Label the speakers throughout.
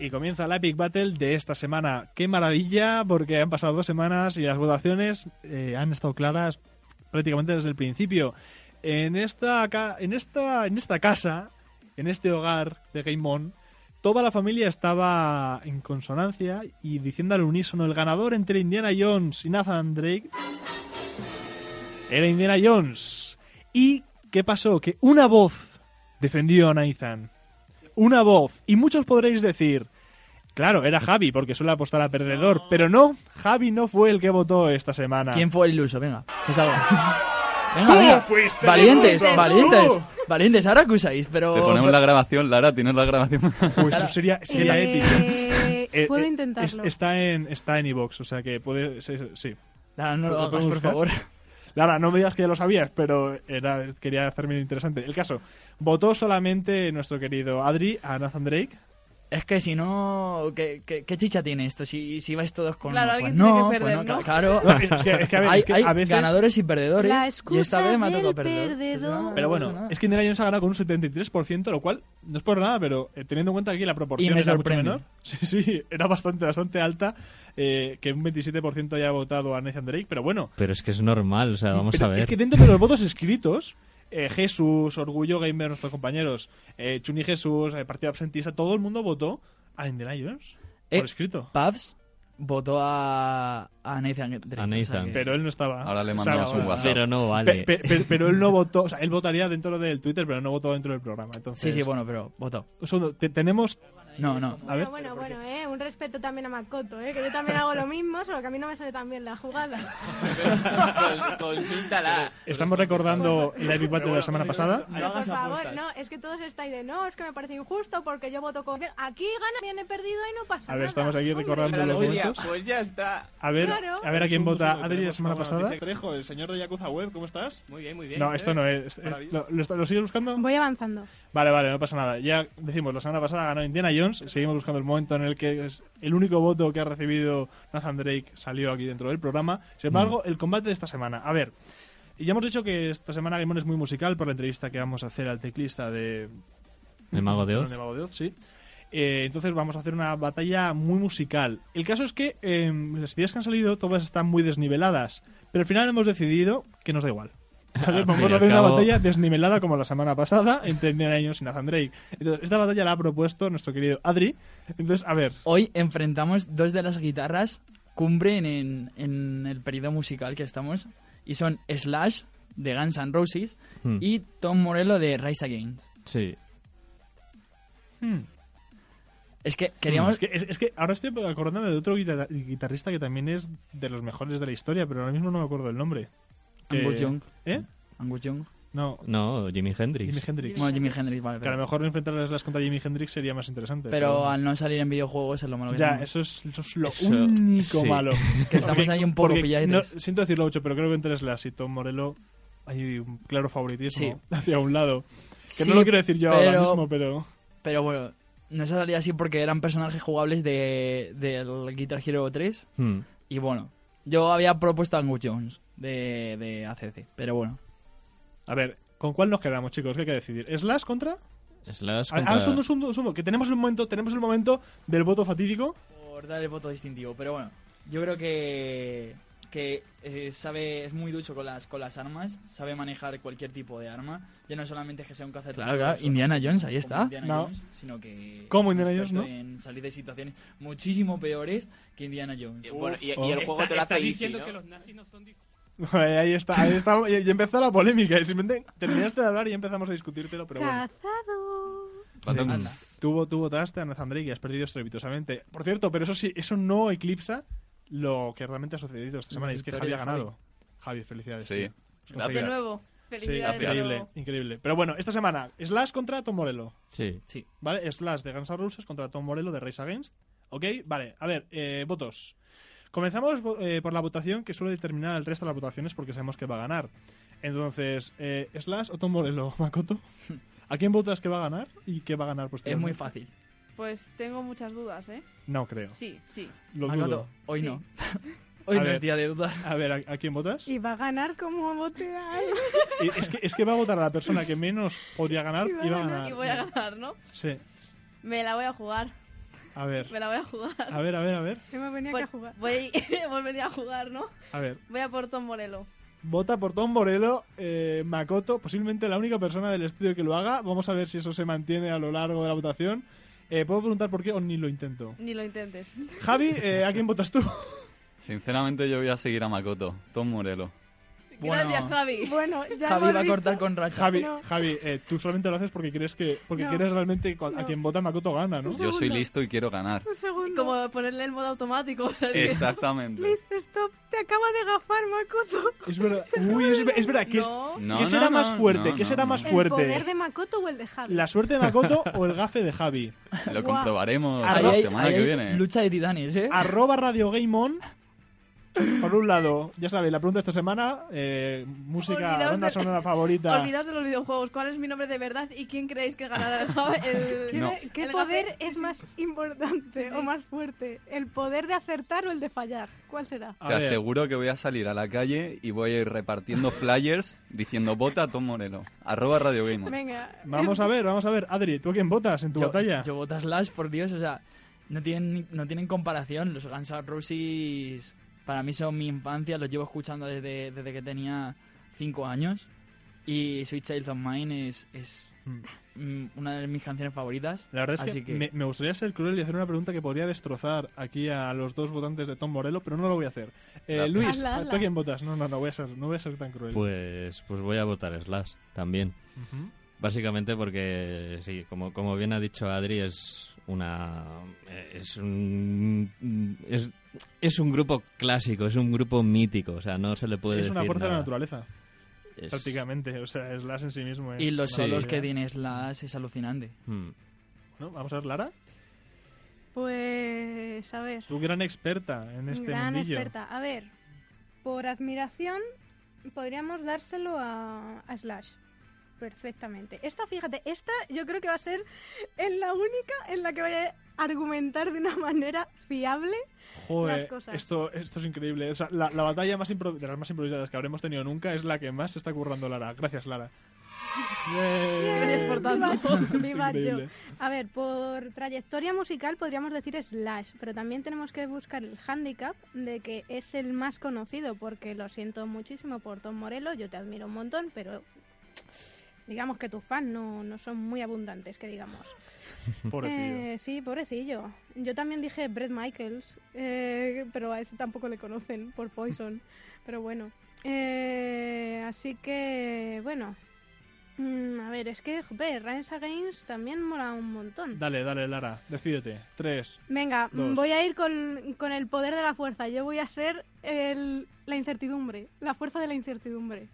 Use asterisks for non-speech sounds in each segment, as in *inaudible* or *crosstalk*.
Speaker 1: Y comienza la Epic Battle de esta semana. ¡Qué maravilla! Porque han pasado dos semanas y las votaciones eh, han estado claras prácticamente desde el principio. En esta, ca- en esta, en esta casa, en este hogar de Game On, toda la familia estaba en consonancia y diciendo al unísono el ganador entre Indiana Jones y Nathan Drake era Indiana Jones. ¿Y qué pasó? Que una voz defendió a Nathan. Una voz. Y muchos podréis decir, claro, era Javi porque suele apostar a perdedor, pero no, Javi no fue el que votó esta semana.
Speaker 2: ¿Quién fue el iluso? Venga,
Speaker 1: *laughs*
Speaker 2: que salga. Venga,
Speaker 1: Ah. ¡Tú
Speaker 2: venga.
Speaker 1: fuiste el
Speaker 2: Valientes,
Speaker 1: iluso!
Speaker 2: valientes.
Speaker 1: ¡Tú!
Speaker 2: Valientes, ahora acusáis, pero...
Speaker 3: Te ponemos la grabación, Lara, tienes la grabación.
Speaker 1: Pues eso sería, sería
Speaker 4: Eh,
Speaker 1: épico. Eh,
Speaker 4: Puedo
Speaker 1: eh,
Speaker 4: intentarlo.
Speaker 1: es- está en está en iVoox, o sea que puede sí, sí.
Speaker 2: Lara, no lo
Speaker 1: ¿Lo
Speaker 2: hagas,
Speaker 1: podemos
Speaker 2: por
Speaker 1: buscar?
Speaker 2: favor.
Speaker 1: Lara, no me digas que ya lo sabías, pero era, quería hacerme interesante. El caso, votó solamente nuestro querido Adri a Nathan
Speaker 2: *laughs*
Speaker 1: Drake.
Speaker 2: Es que si no, ¿qué, qué, qué chicha tiene esto? Si, si vais todos con...
Speaker 4: Claro,
Speaker 2: pues
Speaker 4: alguien
Speaker 2: no,
Speaker 4: tiene que
Speaker 2: pues
Speaker 4: perder, ¿no?
Speaker 2: cla- Claro.
Speaker 1: No, *laughs* es que- es que a ver,
Speaker 2: hay
Speaker 1: es que
Speaker 2: hay
Speaker 1: a veces-
Speaker 2: ganadores y perdedores.
Speaker 4: La
Speaker 2: y esta
Speaker 4: excusa
Speaker 2: vez me ha tocado
Speaker 4: del
Speaker 2: perdedor. Pues
Speaker 4: perdedor.
Speaker 2: nada,
Speaker 1: Pero
Speaker 2: no pasa
Speaker 1: bueno,
Speaker 2: nada.
Speaker 1: es que Indiana Jones ha ganado con un 73%, lo cual no es por nada, pero eh, teniendo en cuenta que aquí la proporción
Speaker 2: Y me
Speaker 1: era mucho
Speaker 2: sorprende.
Speaker 1: menor. *laughs* Sí, sí, era bastante, bastante alta eh, que un 27% haya votado a Nathan Drake, pero bueno.
Speaker 5: Pero es que es normal, o sea, vamos
Speaker 1: Pero
Speaker 5: a ver.
Speaker 1: Es que dentro de los votos escritos, eh, Jesús, Orgullo Gamer, nuestros compañeros, eh, Chuni Jesús, eh, Partido Absentista, todo el mundo votó a Indiana Jones
Speaker 2: Eh,
Speaker 1: por escrito.
Speaker 2: Pabs votó a, a Nathan Drake. o sea
Speaker 5: A Nathan.
Speaker 2: que-
Speaker 1: Pero él no estaba.
Speaker 3: *laughs* Ahora le mandamos
Speaker 2: un
Speaker 1: bueno,
Speaker 2: WhatsApp.
Speaker 5: Pero no
Speaker 1: pe-
Speaker 5: vale.
Speaker 1: pe- pe- pero él no votó, o sea, él votaría dentro del Twitter, pero no votó dentro del programa. Entonces,
Speaker 2: Sí, sí, bueno, pero votó.
Speaker 1: Un segundo, te- tenemos.
Speaker 2: No, no.
Speaker 1: A ver.
Speaker 4: bueno, bueno, bueno, eh, un respeto también a Makoto, eh, que yo también hago lo mismo, solo que a mí no me sale tan bien
Speaker 1: *laughs*
Speaker 4: la jugada.
Speaker 6: Cons- Consúltala.
Speaker 1: Pues Estamos recordando la Epic Battle de la semana pasada.
Speaker 2: No
Speaker 4: por
Speaker 2: hagas
Speaker 4: favor,
Speaker 2: apuestas.
Speaker 4: no, es que todos estáis de no, es que me parece injusto porque yo voto con. Aquí gana, viene perdido y no pasa nada.
Speaker 1: A ver, estamos aquí
Speaker 4: Hombre,
Speaker 1: recordando los
Speaker 6: Aleluya,
Speaker 1: momentos.
Speaker 6: Pues ya está.
Speaker 1: A ver,
Speaker 4: Claro.
Speaker 1: a ver a quién
Speaker 7: Un
Speaker 1: vota
Speaker 7: segundo,
Speaker 1: Adri la
Speaker 7: tenemos
Speaker 1: semana
Speaker 7: una
Speaker 1: pasada.
Speaker 7: noticia. Trejo, el señor de Yakuza Web, ¿cómo estás?
Speaker 6: Muy bien, muy bien.
Speaker 1: No, esto no es. es- ¿Lo, lo, está- lo sigues buscando?
Speaker 4: Voy avanzando.
Speaker 1: Vale, vale, no pasa nada. Ya decimos, la semana pasada ganó Indiana Jones. Seguimos buscando el momento en el que es el único voto que ha recibido Nathan Drake salió aquí dentro del programa. Sin embargo,
Speaker 7: Mm.
Speaker 1: el combate de esta semana. A ver, ya hemos dicho que esta semana Game On es muy musical por la entrevista que vamos a hacer al teclista de,
Speaker 5: El mago de
Speaker 1: Perdón,
Speaker 5: Oz.
Speaker 1: de Mago de Oz, sí. Eh, entonces vamos a hacer una batalla muy musical. El caso es que eh, las ideas que han salido todas están muy desniveladas, pero al final hemos decidido que nos da
Speaker 5: *laughs*
Speaker 1: igual. ¿Vale?
Speaker 5: Al fin
Speaker 1: Vamos
Speaker 5: y
Speaker 1: a
Speaker 5: al
Speaker 1: hacer una
Speaker 5: cabo.
Speaker 1: batalla desnivelada como la semana pasada *laughs* entre Indiana Jones y Nathan Drake. Entonces, esta batalla la ha propuesto nuestro querido Adri. Entonces, a ver,
Speaker 2: Hoy enfrentamos dos de las guitarras cumbre en, en- en el periodo musical que estamos. Y son Slash, de Guns N' Roses,
Speaker 1: Mm.
Speaker 5: Hmm.
Speaker 2: y Tom Morello, de Rise Against.
Speaker 5: Sí.
Speaker 2: Es que
Speaker 1: Mm,
Speaker 2: queríamos...
Speaker 1: es, que, es- es que ahora estoy acordándome de otro guitarra- guitarrista que también es de los mejores de la historia, pero ahora mismo no me acuerdo el nombre.
Speaker 2: Angus
Speaker 1: Eh,
Speaker 2: Young.
Speaker 1: ¿Eh?
Speaker 2: Angus Young.
Speaker 1: No,
Speaker 5: No, Jimi Hendrix.
Speaker 1: Jimi Hendrix.
Speaker 2: Bueno, Jimi Hendrix, vale.
Speaker 1: Que a lo
Speaker 2: Pero,
Speaker 1: mejor enfrentar a Slash contra Jimi Hendrix sería más interesante.
Speaker 2: pero al no salir en videojuegos es lo malo que
Speaker 1: Ya,
Speaker 2: tenemos.
Speaker 1: eso es, eso es lo
Speaker 5: Eso,
Speaker 1: único
Speaker 5: sí.
Speaker 1: malo.
Speaker 2: Que estamos
Speaker 1: Porque-
Speaker 2: ahí un poco
Speaker 1: porque
Speaker 2: pillados.
Speaker 1: no- siento decirlo mucho, pero creo que entre Slash y Tom Morello hay un claro favoritismo *laughs* hacia un lado. Que
Speaker 2: Sí,
Speaker 1: no lo quiero decir yo ahora
Speaker 2: pero-
Speaker 1: mismo, pero...
Speaker 2: Pero bueno, no se salía así porque eran personajes jugables de, del Guitar Hero 3.
Speaker 5: Hmm.
Speaker 2: Y bueno, yo había propuesto a Angus Jones de, de ACC. Pero bueno,
Speaker 1: A ver, ¿con cuál nos quedamos, chicos? ¿Qué hay que decidir? ¿Slash contra?
Speaker 5: Slash
Speaker 1: Ah,
Speaker 5: contra-
Speaker 1: Ah, un segundo, un segundo, un segundo, que tenemos el momento, tenemos el momento del voto fatídico. *laughs*
Speaker 2: por dar el voto distintivo. Pero bueno, yo creo que, que eh, sabe, es muy ducho con las, con las armas. Sabe manejar cualquier tipo de arma. Ya no solamente es que sea un cazador.
Speaker 5: Claro, claro, Indiana Jones, ahí está.
Speaker 2: Indiana
Speaker 1: No.
Speaker 2: Jones, sino que.
Speaker 1: ¿Cómo
Speaker 2: es un
Speaker 1: Indiana Jones,
Speaker 2: experto
Speaker 1: no?
Speaker 2: En salir de situaciones muchísimo peores que Indiana Jones.
Speaker 6: Y, bueno, y, y
Speaker 1: oh.
Speaker 6: el juego te lo hace easy,
Speaker 7: diciendo
Speaker 6: ¿no?
Speaker 7: que los nazis no son discutibles.
Speaker 1: ahí está, ahí está, y y empezó la polémica. Y simplemente terminaste de hablar y empezamos a discutírtelo, pero bueno.
Speaker 4: Cazado.
Speaker 2: Anda.
Speaker 1: Tú, vo- tú votaste a Nathan Drake y has perdido estrepitosamente. Por cierto, pero eso sí, eso no eclipsa lo que realmente ha sucedido esta semana. Y es que Javi ha
Speaker 2: victoria de
Speaker 1: ganado. Javi, felicidades.
Speaker 3: Sí.
Speaker 1: Has conseguido-
Speaker 4: De nuevo.
Speaker 1: Sí,
Speaker 8: Felicidades.
Speaker 1: increíble,
Speaker 8: Lolo.
Speaker 1: increíble. Pero bueno, esta semana, Slash contra Tom Morello.
Speaker 5: Sí.
Speaker 2: Sí.
Speaker 1: ¿Vale? Slash de Guns N' Roses contra Tom Morello de Race Against. ¿Ok? Vale, a ver, eh, votos. Comenzamos vo- eh, por la votación que suele determinar el resto de las votaciones porque sabemos que va a ganar. Entonces, eh, ¿Slash o Tom Morello, *laughs* Makoto? ¿A quién votas que va a ganar y qué va a ganar?
Speaker 2: Es muy
Speaker 1: posteriormente?
Speaker 2: fácil.
Speaker 8: Pues tengo muchas dudas, ¿eh?
Speaker 1: No creo.
Speaker 8: Sí, sí.
Speaker 1: Lo
Speaker 2: Makoto,
Speaker 1: dudo.
Speaker 2: hoy
Speaker 8: Sí.
Speaker 2: no. *laughs* hoy
Speaker 1: A
Speaker 2: no
Speaker 1: ver.
Speaker 2: es día de dudas.
Speaker 1: A ver, ¿a, a quién votas?
Speaker 4: Y va a ganar como boteal.
Speaker 1: Eh, es, que, es que va a votar a la persona que menos podría ganar y va a ganar.
Speaker 8: Y voy a ganar, ¿no?
Speaker 1: Sí.
Speaker 8: Me la voy a jugar.
Speaker 1: A ver,
Speaker 8: Me la voy a jugar.
Speaker 1: a ver, a ver, a ver.
Speaker 4: Que me venía
Speaker 8: Voy-
Speaker 4: que a jugar.
Speaker 8: Voy *laughs* volvería a jugar, ¿no?
Speaker 1: A ver.
Speaker 8: Voy a por Tom Morello.
Speaker 1: Vota por Tom Morello, eh, Makoto, posiblemente la única persona del estudio que lo haga. Vamos a ver si eso se mantiene a lo largo de la votación. Eh, Puedo preguntar por qué o ni lo intento.
Speaker 8: Ni lo intentes.
Speaker 1: Javi, eh, ¿a quién votas tú?
Speaker 3: Sinceramente yo voy a seguir a Makoto, Tom Morello.
Speaker 2: Bueno,
Speaker 8: Gracias, Javi.
Speaker 4: Bueno, ya
Speaker 2: Javi
Speaker 4: hemos
Speaker 2: va a
Speaker 4: visto-
Speaker 2: cortar con racha.
Speaker 1: Javi,
Speaker 4: No.
Speaker 1: Javi eh, tú solamente lo haces porque crees que porque
Speaker 4: No.
Speaker 1: quieres realmente cu- a
Speaker 4: No.
Speaker 1: quien vota Makoto gana, ¿no?
Speaker 3: Yo soy
Speaker 4: segundo.
Speaker 3: listo y quiero ganar.
Speaker 4: Un segundo.
Speaker 8: Como ponerle el modo automático. ¿sabes?
Speaker 3: Exactamente.
Speaker 4: Listo, stop. Te acaba de gafar, Makoto.
Speaker 1: Es verdad. Uy, es, ver- es verdad. ¿Qué, es-
Speaker 8: No.
Speaker 3: No,
Speaker 1: qué
Speaker 3: no,
Speaker 1: será
Speaker 3: no,
Speaker 1: más fuerte?
Speaker 3: no,
Speaker 1: ¿Qué
Speaker 3: no,
Speaker 1: será
Speaker 3: no.
Speaker 1: más
Speaker 4: ¿El poder
Speaker 1: fuerte?
Speaker 4: de Makoto o el de Javi?
Speaker 1: ¿La suerte de Makoto o el gafe de Javi?
Speaker 3: Lo
Speaker 4: Guau.
Speaker 3: comprobaremos
Speaker 1: Ahí
Speaker 3: la
Speaker 1: hay-
Speaker 3: semana
Speaker 2: ahí
Speaker 3: que
Speaker 2: hay
Speaker 3: viene.
Speaker 2: Lucha de titanes, ¿eh?
Speaker 1: arroba Radio Game On. Por un lado, ya sabéis, la pregunta esta semana, eh, música,
Speaker 8: Olvidaos
Speaker 1: banda
Speaker 8: de-
Speaker 1: sonora favorita.
Speaker 8: Olvidaos de los videojuegos. ¿Cuál es mi nombre de verdad y quién creéis que ganará *laughs* el Javi? El...
Speaker 3: No.
Speaker 4: ¿Qué- ¿Qué
Speaker 8: El
Speaker 4: poder
Speaker 8: gafe.
Speaker 4: es más importante
Speaker 8: Sí, sí.
Speaker 4: o más fuerte? ¿El poder de acertar o el de fallar? ¿Cuál será?
Speaker 1: A
Speaker 3: Te
Speaker 1: ver,
Speaker 3: aseguro que voy a salir a la calle y voy a ir repartiendo flyers diciendo vota a Tom Morello. Arroba Radio Gamer.
Speaker 4: Venga.
Speaker 1: Vamos a ver, vamos a ver. Adri, ¿tú a quién votas en tu
Speaker 2: yo,
Speaker 1: batalla?
Speaker 2: Yo voto a Slash, por Dios, o sea, no tienen, no tienen comparación. Los Guns N' Roses para mí son mi infancia, los llevo escuchando desde, desde que tenía 5 años. Y Sweet Child of Mine es, es
Speaker 1: Mm.
Speaker 2: mm, una de mis canciones favoritas.
Speaker 1: La verdad es
Speaker 2: así
Speaker 1: que, Me, me gustaría ser cruel y hacer una pregunta que podría destrozar aquí a los dos votantes de Tom Morello, pero no lo voy a hacer. Eh,
Speaker 3: Dale.
Speaker 1: Luis,
Speaker 4: Hazla,
Speaker 1: ¿tú
Speaker 4: hazla.
Speaker 1: a quién votas? No, no, no voy a ser, no voy a ser tan cruel.
Speaker 5: Pues, pues voy a votar Slash también.
Speaker 1: Ujú.
Speaker 5: Básicamente porque, sí, como, como bien ha dicho Adri, es una. eh, Es un. mm, Es, es un grupo clásico, es un grupo mítico, o sea, no se le puede
Speaker 1: Es una
Speaker 5: decir
Speaker 1: fuerza de la
Speaker 5: nada.
Speaker 1: naturaleza,
Speaker 5: Es-
Speaker 1: prácticamente. O sea, Slash en sí mismo es...
Speaker 2: Y los
Speaker 5: Sí.
Speaker 2: solos que tiene Slash es alucinante.
Speaker 5: Hmm.
Speaker 1: ¿No? Vamos a ver, Lara,
Speaker 4: *laughs* Pues, a ver.
Speaker 1: tú gran experta en este
Speaker 4: gran
Speaker 1: mundillo.
Speaker 4: experta. A ver, por admiración podríamos dárselo a, a Slash. Perfectamente. Esta, fíjate, esta yo creo que va a ser en la única en la que vaya a argumentar de una manera fiable.
Speaker 1: Joder,
Speaker 4: las cosas.
Speaker 1: Esto, esto es increíble. O sea, la, la batalla más impro- de las más improvisadas que habremos tenido nunca es la que más se está currando Lara. Gracias, Lara.
Speaker 8: Gracias por tanto.
Speaker 1: *laughs*
Speaker 4: Viva
Speaker 1: Es increíble.
Speaker 4: yo. A ver, por trayectoria musical podríamos decir Slash, pero también tenemos que buscar el handicap de que es el más conocido, porque lo siento muchísimo por Tom Morello, yo te admiro un montón, pero digamos que tus fans no, no son muy abundantes, que digamos.
Speaker 1: Pobrecillo.
Speaker 4: Eh, sí, pobrecillo. Yo también dije Brett Michaels, eh, pero a ese tampoco le conocen por Poison. pero bueno. Eh, así que, bueno. Mm, a ver, es que, joder, Rise Against también mola un montón.
Speaker 1: Dale, dale, Lara. Decídete. Tres.
Speaker 4: Venga,
Speaker 1: Dos.
Speaker 4: mm, voy a ir con, con el poder de la fuerza. Yo voy a ser el, la incertidumbre. La fuerza de la incertidumbre.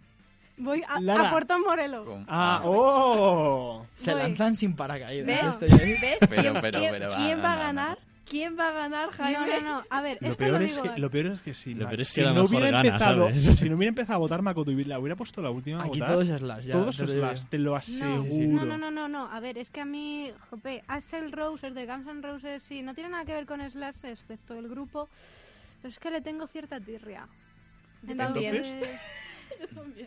Speaker 4: Voy a,
Speaker 1: Lara.
Speaker 4: a por Tom Morello.
Speaker 3: Con-
Speaker 1: ¡Ah! ¡Oh!
Speaker 2: Se
Speaker 4: Voy.
Speaker 2: lanzan sin paracaídas.
Speaker 8: ¿Ves?
Speaker 2: Esto ya es-
Speaker 8: ¿Ves?
Speaker 3: Pero,
Speaker 8: ¿Quién,
Speaker 3: pero,
Speaker 8: quién-
Speaker 3: pero, va,
Speaker 8: quién
Speaker 3: no,
Speaker 8: va a
Speaker 3: no, no.
Speaker 8: ganar? ¿Quién va a ganar,
Speaker 4: No,
Speaker 8: Jaime?
Speaker 4: no, no. A ver,
Speaker 1: Lo
Speaker 4: esto
Speaker 1: peor,
Speaker 4: lo
Speaker 1: es
Speaker 4: digo. eh.
Speaker 1: que, lo peor es que si,
Speaker 5: Lo
Speaker 1: Ma-
Speaker 5: peor es
Speaker 1: si
Speaker 5: que la
Speaker 1: no
Speaker 5: mejor
Speaker 1: hubiera
Speaker 5: gana,
Speaker 1: empezado,
Speaker 5: ¿sabes?
Speaker 1: *laughs* si no hubiera empezado a votar Makoto y la hubiera puesto la última a
Speaker 2: Aquí
Speaker 1: votar,
Speaker 2: todos Slash. Ya,
Speaker 1: todos
Speaker 2: te lo digo
Speaker 1: Slash, te lo aseguro.
Speaker 4: No, no, no, no, no, no. A ver, es que a mí, jope, Axel Rose es de Guns N' Roses sí, no tiene nada que ver con Slash, excepto el grupo. Pero es que le tengo cierta tirria.
Speaker 8: también.
Speaker 4: Entonces,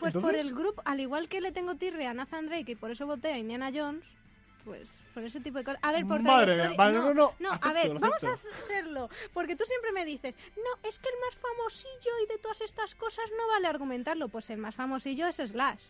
Speaker 4: Pues por
Speaker 1: ¿Entonces?
Speaker 4: el grupo, al igual que le tengo tirria a Nathan Drake y por eso voté a Indiana Jones, pues por ese tipo de cosas. A ver, por
Speaker 1: Madre
Speaker 4: trayectoria-
Speaker 1: mía, vale, no, no, acepto,
Speaker 4: a ver,
Speaker 1: lo
Speaker 4: vamos a
Speaker 1: acepto.
Speaker 4: hacerlo. Porque tú siempre me dices, no, es que el más famosillo y de todas estas cosas no vale argumentarlo. Pues el más famosillo es Slash.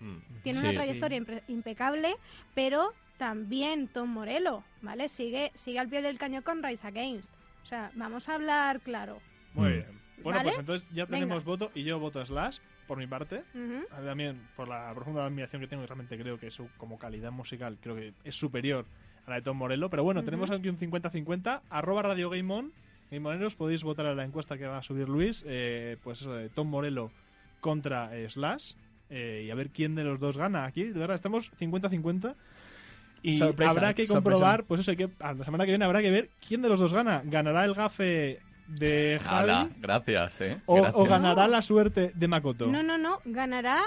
Speaker 5: Hmm.
Speaker 4: Tiene
Speaker 5: Sí.
Speaker 4: una trayectoria impe- impecable, pero también Tom Morello, ¿vale? Sigue, sigue al pie del cañón con Rise Against. O sea, vamos a hablar claro.
Speaker 1: Muy
Speaker 5: Mm.
Speaker 1: bien. Bueno,
Speaker 4: ¿Vale?
Speaker 1: pues entonces ya
Speaker 4: Venga.
Speaker 1: tenemos voto y yo voto a Slash, por mi parte.
Speaker 4: Ujú.
Speaker 1: A mí Ah, también por la profunda admiración que tengo y realmente creo que su como calidad musical creo que es superior a la de Tom Morello pero bueno
Speaker 4: Ujú.
Speaker 1: tenemos aquí un 50-50 arroba Radio Game On Gameoneros podéis votar a la encuesta que va a subir Luis eh, pues eso de Tom Morello contra eh, Slash eh, y a ver quién de los dos gana. Aquí, de verdad, estamos 50-50. Y
Speaker 2: Sorpresa,
Speaker 1: habrá que
Speaker 2: sorpresa.
Speaker 1: comprobar, pues eso, hay que, a la semana que viene habrá que ver quién de los dos gana. ¿Ganará el gafe de Javi
Speaker 3: Ala, gracias, ¿eh?
Speaker 1: o, o
Speaker 3: Gracias.
Speaker 1: ganará la suerte de Makoto?
Speaker 4: No, no, no, ganará.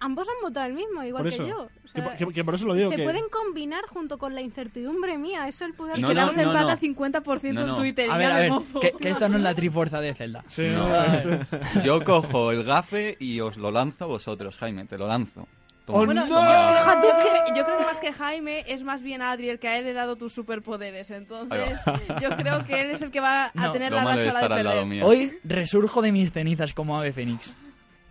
Speaker 4: Ambos han votado el mismo, igual
Speaker 1: por
Speaker 4: que
Speaker 1: eso.
Speaker 4: yo. O
Speaker 1: que,
Speaker 4: sea,
Speaker 1: por- que- que por eso lo digo.
Speaker 4: eh, se
Speaker 1: que,
Speaker 4: pueden combinar junto con la incertidumbre mía, eso el poder
Speaker 3: No,
Speaker 4: que
Speaker 3: no,
Speaker 4: damos
Speaker 8: Quedamos
Speaker 4: en-
Speaker 8: en pata
Speaker 3: no.
Speaker 8: 50%
Speaker 3: No, no.
Speaker 8: en Twitter.
Speaker 2: A
Speaker 8: y
Speaker 2: ver,
Speaker 8: ya
Speaker 2: a
Speaker 8: de
Speaker 2: ver,
Speaker 8: mofo.
Speaker 2: que, que esta no es la trifuerza de Zelda.
Speaker 1: Sí,
Speaker 3: No.
Speaker 1: no,
Speaker 2: A
Speaker 1: esto
Speaker 2: ver,
Speaker 3: Yo cojo el gafe y os lo lanzo a vosotros, Jaime, te lo lanzo. Toma.
Speaker 1: ¡Oh,
Speaker 8: Bueno,
Speaker 1: no!
Speaker 8: yo,
Speaker 4: *laughs*
Speaker 8: yo creo, yo creo que más que Jaime es más bien Adri el que ha heredado tus superpoderes. Entonces, yo creo que él es el que va a
Speaker 2: No,
Speaker 8: tener
Speaker 3: Lo
Speaker 8: la
Speaker 3: malo
Speaker 8: racha
Speaker 3: de
Speaker 8: la de
Speaker 3: estar al lado
Speaker 8: perder.
Speaker 3: mío.
Speaker 2: Hoy resurjo de mis cenizas como ave fénix.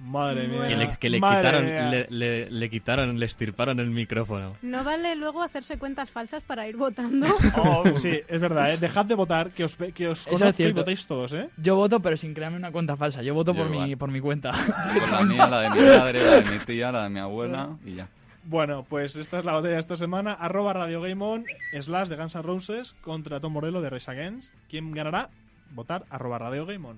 Speaker 1: Madre mía.
Speaker 5: Que le, que le
Speaker 1: Madre
Speaker 5: quitaron,
Speaker 1: mía.
Speaker 5: le, le- le quitaron, le estirparon el micrófono.
Speaker 4: No vale luego hacerse cuentas falsas para ir votando.
Speaker 1: Oh,
Speaker 5: *laughs*
Speaker 1: sí, es verdad, ¿eh? dejad de votar, que os, ve- que os
Speaker 2: Eso es
Speaker 1: conozco y
Speaker 2: cierto.
Speaker 1: votéis todos, ¿eh?
Speaker 2: Yo voto, pero sin crearme una cuenta falsa. Yo voto
Speaker 3: Yo
Speaker 2: por mi,
Speaker 3: igual.
Speaker 2: por mi cuenta. *laughs*
Speaker 3: Con la mía, la de mi padre, la de mi tía, la de mi abuela y ya.
Speaker 1: Bueno, pues esta es la batalla de esta semana. Arroba Radio Game On, slash de Guns N' Roses contra Tom Morello de Race Against. ¿Quién ganará? Votar arroba Radio Game On.